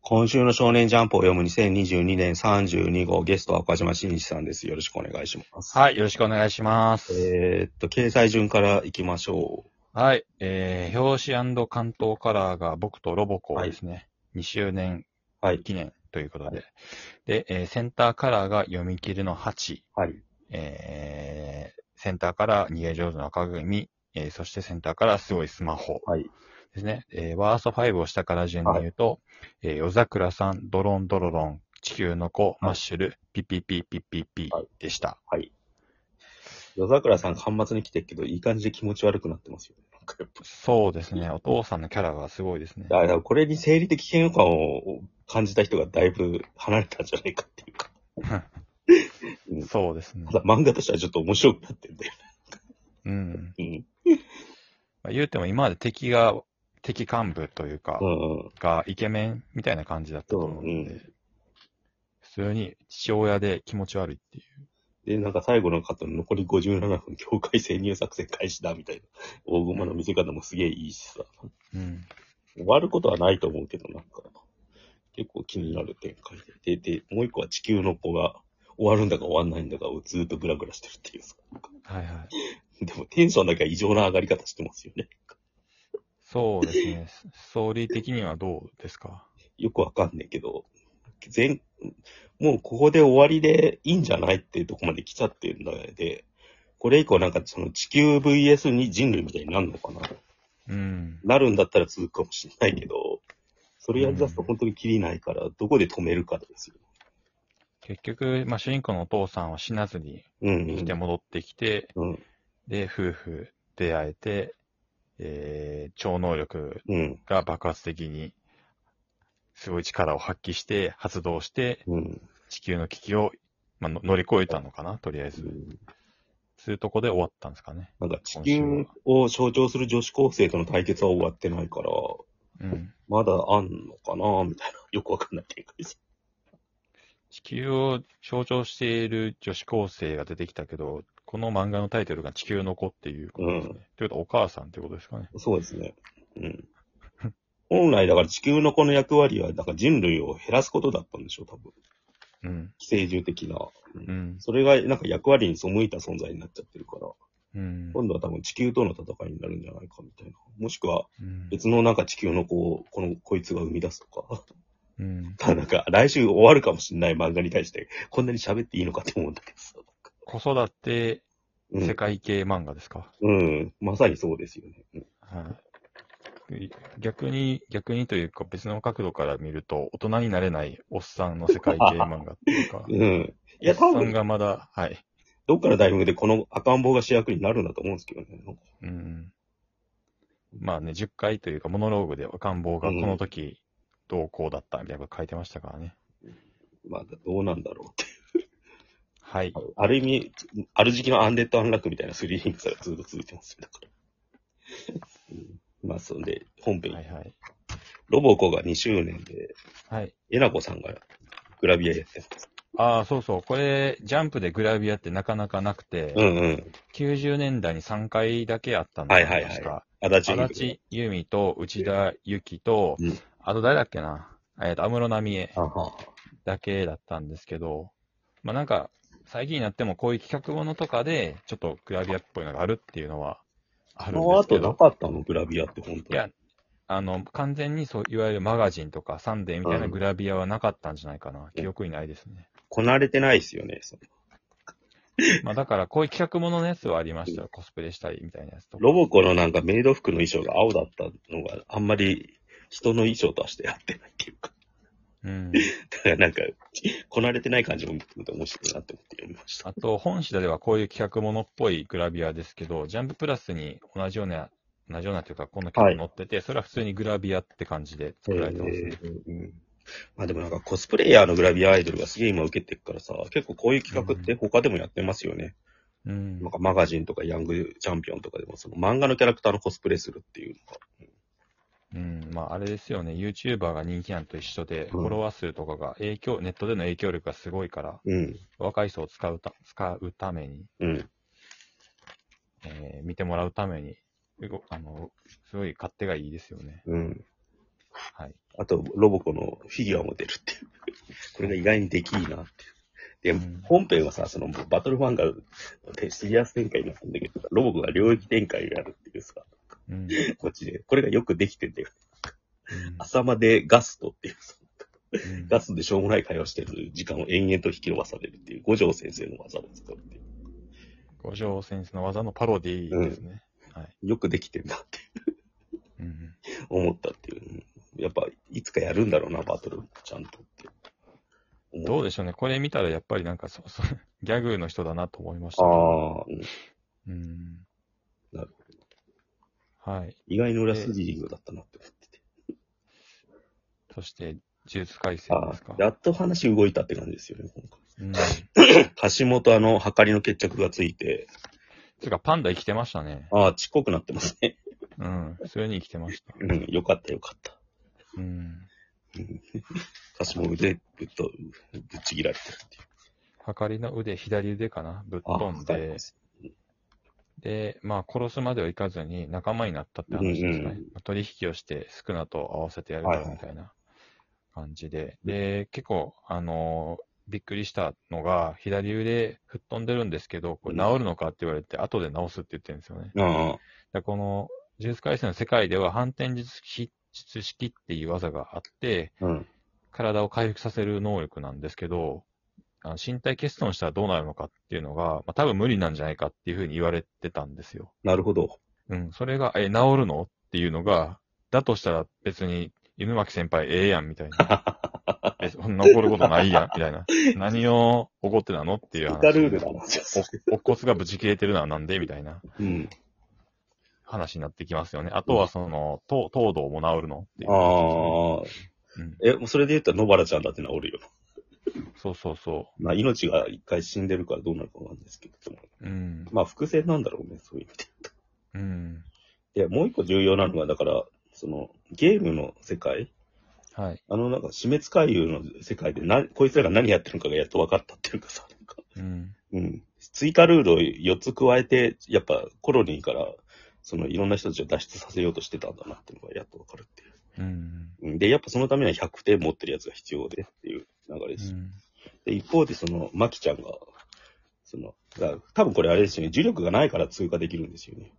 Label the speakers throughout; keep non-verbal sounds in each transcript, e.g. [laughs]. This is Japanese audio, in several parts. Speaker 1: 今週の少年ジャンプを読む2022年32号ゲストは岡島真一さんです。よろしくお願いします。
Speaker 2: はい、よろしくお願いします。
Speaker 1: えーっと、掲載順から行きましょ
Speaker 2: はい、えー、表紙関東カラーが僕とロボコですね、2周年
Speaker 1: う。はい。
Speaker 2: 記念ということで、で、えーセンターカラーが読み切りの8、
Speaker 1: はい。
Speaker 2: えー、センターカラー逃げ上手の赤組、えー、そしてセンターカラーすごいスマホ
Speaker 1: はい。
Speaker 2: ですね、えー、ワースト5を下から順に言うと、えー、夜桜さん、ドロンドロロン、地球の子、マッシュル、ピピピピピピ
Speaker 1: はい
Speaker 2: でした。
Speaker 1: 夜桜さん、間末に来てるけど、いい感じで気持ち悪くなってますよね。なんかやっぱ
Speaker 2: そうですね、お父さんのキャラがすごいですね。
Speaker 1: だから、これに生理的嫌悪感を感じた人がだいぶ離れたんじゃないかっていうか。うん
Speaker 2: そうですね
Speaker 1: た。だ、漫画としてはちょっと面白くなってんだよ
Speaker 2: うん。
Speaker 1: ね。
Speaker 2: まあ、言うても今まで敵が、敵幹部というか
Speaker 1: う、ん。うんうん。
Speaker 2: がイケメンみたいな感じだったと思
Speaker 1: そ
Speaker 2: うの
Speaker 1: うう
Speaker 2: で、普通に父親で気持ち悪いっていう。
Speaker 1: で、なんか最後のカットの残り57分、境界潜入作戦開始だ、みたいな。大駒の見せ方もすげえいいしさ。
Speaker 2: うん。
Speaker 1: 終わることはないと思うけど、なんか、結構気になる展開で。で、で、もう一個は地球の子が終わるんだか終わんないんだかをずーっとグラグラしてるっていうさ。
Speaker 2: はいはい。
Speaker 1: でもテンションだけは異常な上がり方してますよね。
Speaker 2: そうですね。スス [laughs] トーリー的にはどうですか
Speaker 1: よくわかんねえけど、全、もうここで終わりでいいんじゃないっていうとこまで来ちゃってるんだよで、これ以降なんかその地球 VS に人類みたいになるのかな
Speaker 2: うん。
Speaker 1: なるんだったら続くかもしれないけど、それやり出すと本当にキリないから、どこで止めるかですよ。
Speaker 2: 結局、まあ、主人公のお父さんは死なずに
Speaker 1: うん、う
Speaker 2: 生きて
Speaker 1: ん。
Speaker 2: 戻ってきて、
Speaker 1: うん。
Speaker 2: で、夫婦出会えて、えー、超能力
Speaker 1: うん。
Speaker 2: が爆発的に、すごい力を発揮して、発動して、
Speaker 1: うん。
Speaker 2: 地球の危機を、まあ、の乗り越えたのかな、とりあえず。そういうとこで終わったんですかね。
Speaker 1: なんか地球を象徴する女子高生との対決は終わってないから、
Speaker 2: うん。
Speaker 1: まだあんのかなみたいな。 [laughs] よくわかんない展開です。
Speaker 2: 地球を象徴している女子高生が出てきたけど、この漫画のタイトルが地球の子っていうことですね。ということはお母さんってことですかね。
Speaker 1: そうですね。うん。本来だから地球のこの役割は、なんか人類を減らすことだったんでしょう、多分。
Speaker 2: うん。
Speaker 1: 寄生獣的な。うん
Speaker 2: うん。
Speaker 1: それがなんか役割に背いた存在になっちゃってるから、
Speaker 2: うん。
Speaker 1: 今度は多分地球との戦いになるんじゃないかみたいな。もしくは
Speaker 2: うん。
Speaker 1: 別のなんか地球の子を、この、こいつが生み出すとか。
Speaker 2: うん、
Speaker 1: ただなんか来週終わるかもしれない漫画に対して、こんなに喋っていいのかって思うんだけどさ。
Speaker 2: 子育て
Speaker 1: うん
Speaker 2: 世界系漫画ですか。
Speaker 1: うん、まさにそうですよね。うん
Speaker 2: はい。逆に、逆にというか別の角度から見ると、大人になれないおっさんの世界系漫画っていうか。
Speaker 1: うん。い
Speaker 2: [laughs] いや、
Speaker 1: や、多
Speaker 2: 多分。
Speaker 1: 分、
Speaker 2: がまだ、はい。
Speaker 1: どっかのタイミングでこの赤ん坊が主役になるんだと思うんですけどね。なんか
Speaker 2: うん。まあね、10回というか、モノローグで赤ん坊がこの時、どうこうだったみたいなこと書いてましたからね。
Speaker 1: まあ、どうなんだろうって。
Speaker 2: はい。
Speaker 1: ある意味、ある時期のアンデッド・アンラックみたいなスリーリングさがずっと続いてますよ。だから。 [laughs] うんまあ、そんで、本編、
Speaker 2: はいはい。
Speaker 1: ロボコが2周年で、
Speaker 2: はい。
Speaker 1: えなこさんがグラビアやってます。
Speaker 2: ああ、そうそう。これ、ジャンプでグラビアってなかなかなくて、
Speaker 1: うんうん。
Speaker 2: 90年代に3回だけあったん
Speaker 1: は
Speaker 2: で
Speaker 1: い
Speaker 2: す
Speaker 1: はいはい
Speaker 2: か。
Speaker 1: 足立
Speaker 2: 足立由美と内田有紀と、
Speaker 1: うん
Speaker 2: あと誰だっけな。えっ、と、安室奈美恵
Speaker 1: あは
Speaker 2: だけだったんですけど、まあなんか、最近になってもこういう企画ものとかで、ちょっとグラビアっぽいのがあるっていうのは、あ
Speaker 1: あ
Speaker 2: るん
Speaker 1: の
Speaker 2: ですけ
Speaker 1: 後
Speaker 2: ど
Speaker 1: な。かったのグラビアって本当
Speaker 2: い
Speaker 1: に。
Speaker 2: や、あの、完全にそう、いわゆるマガジンとかサンデーみたいなグラビアはなかったんじゃないかな。記憶にないですね。
Speaker 1: こなれてないですよね。その
Speaker 2: まあだから、こういう企画もののやつはありましたよ。コスプレしたりみたいなやつとか。
Speaker 1: ロボコのなんかメイド服の衣装が青だったのがあんまり人の衣装としてやってないっていうか。
Speaker 2: うん。
Speaker 1: だから [laughs] なんか、こなれてない感じも含めて面白いなって思って読みました。
Speaker 2: あと、本誌ではこういう企画ものっぽいグラビアですけど、ジャンププラスに同じような、同じようなというか、この企画載ってて、それは普通にグラビアって感じで作られてますね。
Speaker 1: うんまあでもなんかコスプレイヤーのグラビアアイドルがすげえ今受けてるからさ、結構こういう企画って他でもやってますよね。
Speaker 2: うん
Speaker 1: なん。かマガジンとかヤングチャンピオンとかでもその漫画のキャラクターのコスプレするっていうのが。
Speaker 2: うん。まあ、あれですよね。YouTuber が人気なんと一緒で、
Speaker 1: ん
Speaker 2: フォロワー数とかが影響、ネットでの影響力がすごいから、
Speaker 1: うん。
Speaker 2: 若い人を使うた、使うために、
Speaker 1: うん。
Speaker 2: えー見てもらうために、うごあの、すごい勝手がいいですよね。
Speaker 1: うん。
Speaker 2: はい。
Speaker 1: あと、ロボコのフィギュアも出るっていう。 [laughs] これが意外にできいいなっていうう。で
Speaker 2: ん、
Speaker 1: 本編はさ、そのバトルファンがてシリアス展開になったんだけど、ロボコが領域展開になるっていうさ、
Speaker 2: うん。
Speaker 1: こっちで。これがよくできてんだよ。 [laughs] 朝までガストっていうさ、
Speaker 2: うん
Speaker 1: ガスでしょうもない会話してる時間を延々と引き延ばされるっていう、五条先生の技を使うっていう。
Speaker 2: 五条先生の技のパロディーですね。はい。
Speaker 1: よくできてんだって
Speaker 2: うん。
Speaker 1: 思ったっていう。やっぱ、いつかやるんだろうな、バトル、ちゃんとって。
Speaker 2: どう
Speaker 1: で
Speaker 2: でしょうね。これ見たらやっぱりなんかそう [laughs] そう、ギャグの人だなと思いまし
Speaker 1: す
Speaker 2: た。
Speaker 1: かああ、うん
Speaker 2: うん。
Speaker 1: なるほど。
Speaker 2: はい。
Speaker 1: 意外に俺はスリリングだったなって思ってて。
Speaker 2: そして、呪術改正
Speaker 1: あ
Speaker 2: ですか
Speaker 1: あ、。やっと話動いたって感じですよね、今
Speaker 2: うん。
Speaker 1: 回。橋本、あの、はかりの決着がついて、
Speaker 2: つうか、パンダ生きてましたね。
Speaker 1: ああ、ちっこくなってますね。 [laughs]
Speaker 2: うん。それに生きてました。
Speaker 1: うん、よかったよかった。
Speaker 2: うん。
Speaker 1: 橋本でぶっと、ぶっちぎられてるっていう。
Speaker 2: はかりの腕、左腕かなぶっ
Speaker 1: ああ、
Speaker 2: 飛ん
Speaker 1: わかり
Speaker 2: で
Speaker 1: ま、す
Speaker 2: で、まあ、殺すまではいかずに仲間になったって話ですね。
Speaker 1: うんうん
Speaker 2: まあ取引をして、スクナと合わせてやるかみたいな感じで。で、結構、あのーびっくりしたのが、左腕吹っ飛んでるんですけど、これ治るのかって言われて、後で治すって言ってるんですよね。
Speaker 1: ああ、
Speaker 2: でこの、ジュース回戦の世界では、反転術式術式っていう技があって、
Speaker 1: うん。
Speaker 2: 体を回復させる能力なんですけど、あの身体欠損したらどうなるのかっていうのが、まあ、多分無理なんじゃないかっていうふうに言われてたんですよ。
Speaker 1: なるほど。
Speaker 2: うん、それが、え、治るのっていうのが、だとしたら別に、犬巻先輩ええやんみたいな。え、そんな怒ることないやんみたいな。何を怒ってなのっていう
Speaker 1: イ
Speaker 2: 話。
Speaker 1: カルールだな。
Speaker 2: お骨がぶち切れてるのはなんでみたいな
Speaker 1: うん。
Speaker 2: 話になってきますよね。あとはその、と東堂も治るのっていう。
Speaker 1: ああ、
Speaker 2: うん、
Speaker 1: え、もうそれで言ったら野原ちゃんだって治るよ。
Speaker 2: そうそうそ
Speaker 1: まあ、命が一回死んでるからどうなるかわかんないですけど。
Speaker 2: う。うん。
Speaker 1: まあ、伏線なんだろうね、そういう意味で。
Speaker 2: うん。
Speaker 1: で、もう一個重要なのは、だから、その、ゲームの世界
Speaker 2: はい。
Speaker 1: あの、なんか、死滅回遊の世界で、な、こいつらが何やってるのかがやっと分かったっていうかさ、なんか、
Speaker 2: うん。
Speaker 1: うん。追加ルールを4つ加えて、やっぱ、コロニーから、その、いろんな人たちを脱出させようとしてたんだなっていうのがやっと分かるっていう
Speaker 2: うん。
Speaker 1: うん。で、やっぱそのためには100点持ってるやつが必要でっていう流れで
Speaker 2: う
Speaker 1: す。
Speaker 2: ん。
Speaker 1: で、一方で、その、マキちゃんが、その、だ多分これあれですよね、呪力がないから通過できるんですよね。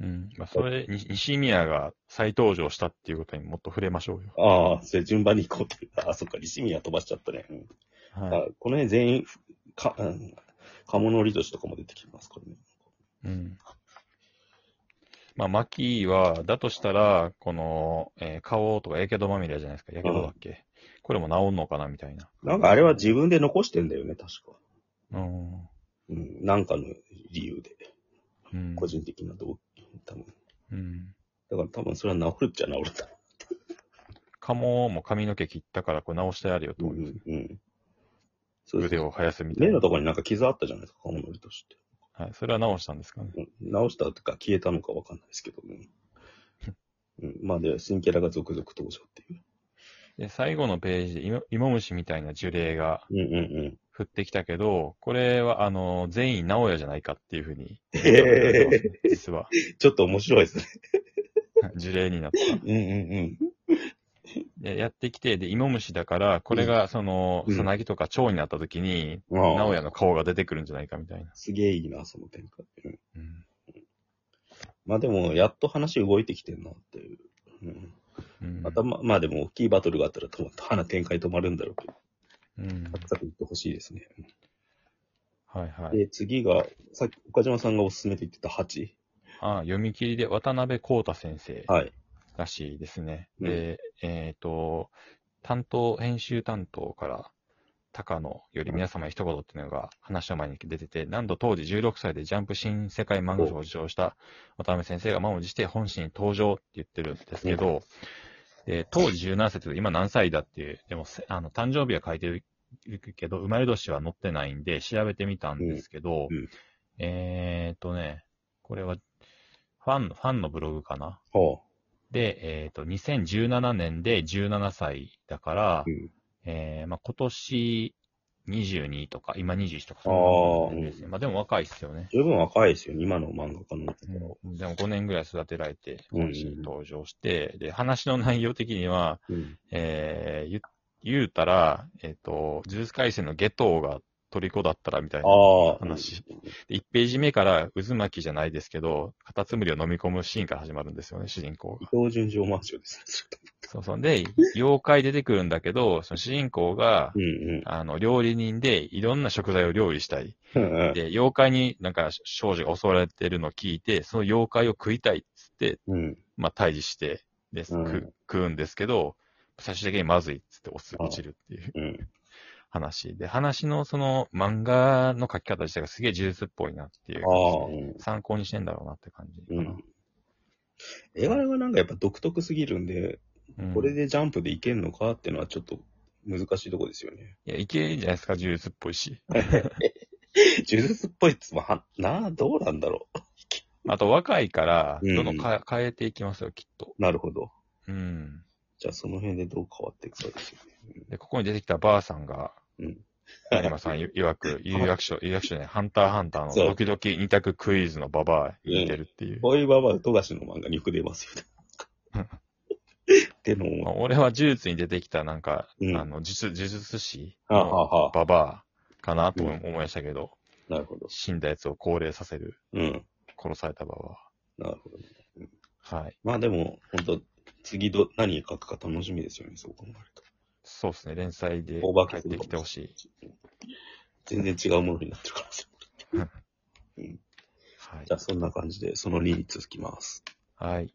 Speaker 2: うん。まあ、それ、に西宮が再登場したっていうことにもっと触れましょうよ。
Speaker 1: ああ、それ順番に行こうって。あ、そっか、西宮飛ばしちゃったね。うん
Speaker 2: は
Speaker 1: あこの辺全員、か、うん、鴨のりとしとかも出てきますからね。
Speaker 2: い。うん。まあ、マキは、だとしたら、この、えー、顔とかやけどまみれじゃないですか。やけどだっけ。これも治んのかなみたいな。
Speaker 1: なんかあれは自分で残してんだよね、確か。
Speaker 2: うん。
Speaker 1: うん、なんかの理由で。
Speaker 2: うん。
Speaker 1: 個人的な動機、多分。
Speaker 2: うん。
Speaker 1: だから多分それは治るっちゃ治るんだろ
Speaker 2: カモも髪の毛切ったから、これ直してやるよ
Speaker 1: う。
Speaker 2: と。
Speaker 1: ん、うん。そうです
Speaker 2: 腕を生やすみた
Speaker 1: 目
Speaker 2: い
Speaker 1: の
Speaker 2: な。
Speaker 1: ところになんか傷あったじゃないですか、鴨のりとしって。
Speaker 2: はい。それは直したんですかね。
Speaker 1: うん直したとか消えたのかわかんないですけど [laughs] ね。うん、まあで、新キャラが続々登場っていう。
Speaker 2: で、最後のページで、芋芋虫みたいな呪霊が
Speaker 1: うんうんうん。
Speaker 2: 降ってきたけど、これは、あの、全員直哉じゃないかっていうふうに、
Speaker 1: [laughs] え
Speaker 2: 実は、
Speaker 1: ちょっと面白いですね。
Speaker 2: 呪霊になった。
Speaker 1: うん [laughs] うん
Speaker 2: でやってきて、で、芋虫だから、これが、その、
Speaker 1: うん
Speaker 2: さなぎとか蝶になった時に、
Speaker 1: うん。まあ、
Speaker 2: 直哉の顔が出てくるんじゃないかみたいな。
Speaker 1: すげえいいな、その展開。うん、
Speaker 2: うん。
Speaker 1: まあでも、やっと話動いてきてんなっていう。うん、
Speaker 2: うん。
Speaker 1: またま、まあでも、大きいバトルがあったら、とまた花展開止まるんだろうけど、
Speaker 2: うん
Speaker 1: サ。クサクいってほしいですね。
Speaker 2: はいはい。
Speaker 1: で、次が、さっき岡島さんがおすすめと言ってた8。
Speaker 2: あ、読み切りで渡辺幸太先生
Speaker 1: はい。
Speaker 2: らしいですね。
Speaker 1: うん
Speaker 2: で、えっ、と、担当、編集担当から、高野より皆様へ一言っていうのが話の前に出てて、なんと当時16歳でジャンプ新世界漫画賞を受賞した渡辺先生が満を持して本誌に登場って言ってるんですけど、で当時17歳で今何歳だっていう、でもせあの誕生日は書いてるけど、生まれ年は載ってないんで調べてみたんですけど、
Speaker 1: うんうん
Speaker 2: えっ、とね、これはファン、ファンのブログかな
Speaker 1: は
Speaker 2: で、えっ、と、2017年で17歳だから、
Speaker 1: うん
Speaker 2: えーまあ、今年22とか、今21とか、そんな感じですね。まあでも若いっすよね。
Speaker 1: 十分若いですよね、今の漫画家のところ。
Speaker 2: でも5年ぐらい育てられて、
Speaker 1: うん
Speaker 2: 今週登場して、で、話の内容的には、
Speaker 1: うん。
Speaker 2: えー、言言うたら、えっ、と、呪術廻戦の下等が虜だったらみたいな
Speaker 1: ああ。
Speaker 2: 話。で1ページ目から渦巻きじゃないですけど、カタツムリを飲み込むシーンから始まるんですよね、主人公が
Speaker 1: 伊。藤純情マンションです。
Speaker 2: そうそう。で、妖怪出てくるんだけど、その主人公が
Speaker 1: う、ん
Speaker 2: あの、料理人でいろんな食材を料理したい。
Speaker 1: うん。
Speaker 2: で、妖怪になんか少女が襲われてるのを聞いて、その妖怪を食いたいっつって、
Speaker 1: うん。
Speaker 2: まあ、退治して、
Speaker 1: う
Speaker 2: で、
Speaker 1: ん
Speaker 2: 食食うんですけど、最終的にまずいっつって落ち落ちるっていう
Speaker 1: うん。
Speaker 2: 話。で、話のその漫画の書き方自体がすげえ呪術っぽいなっていう
Speaker 1: ああ、
Speaker 2: 感
Speaker 1: う
Speaker 2: じで
Speaker 1: ん。
Speaker 2: 参考にしてんだろうなって感じか
Speaker 1: う
Speaker 2: な。
Speaker 1: ん。絵柄がなんかやっぱ独特すぎるんで、
Speaker 2: うん
Speaker 1: これでジャンプでいけんのかってのはちょっと難しいとこですよね。
Speaker 2: いや、いけるんじゃないですか、呪術っぽいし。
Speaker 1: 呪術っぽいっつもは、なあ、どうなんだろ
Speaker 2: あと若いから、
Speaker 1: うん
Speaker 2: どんどんか変えていきますよ、きっと。
Speaker 1: う。なるほど。
Speaker 2: うん。
Speaker 1: じゃあその辺でどう変わっていくかですよね。
Speaker 2: で、ここに出てきたばあさんが、
Speaker 1: うん
Speaker 2: 有馬さん曰く、有楽町、有楽町ね、ハンターハンターの
Speaker 1: そう
Speaker 2: ドキドキ二択クイズのババアに似てるっていう。
Speaker 1: こういう場合は富樫の漫画によく出ますよ [laughs] ね。で
Speaker 2: まあ
Speaker 1: も、
Speaker 2: 俺は呪術に出てきたなんか、
Speaker 1: うん
Speaker 2: あの、呪術、呪術師
Speaker 1: ああ、
Speaker 2: の
Speaker 1: ああ、
Speaker 2: ババアかなと
Speaker 1: うん
Speaker 2: 思いましたけど、
Speaker 1: なるほど。
Speaker 2: 死んだやつを高齢させる、
Speaker 1: うん。
Speaker 2: 殺されたババ
Speaker 1: なるほど。
Speaker 2: ア。はい。
Speaker 1: まあでも、本当次ど、何書くか楽しみですよね、そう考えると。
Speaker 2: そうですね、連載で
Speaker 1: 大化け
Speaker 2: 帰っ
Speaker 1: する
Speaker 2: てきてほしい。
Speaker 1: 全然違うものになってるからさ。
Speaker 2: はい
Speaker 1: じゃあそんな感じで、その2に続きます。
Speaker 2: はい。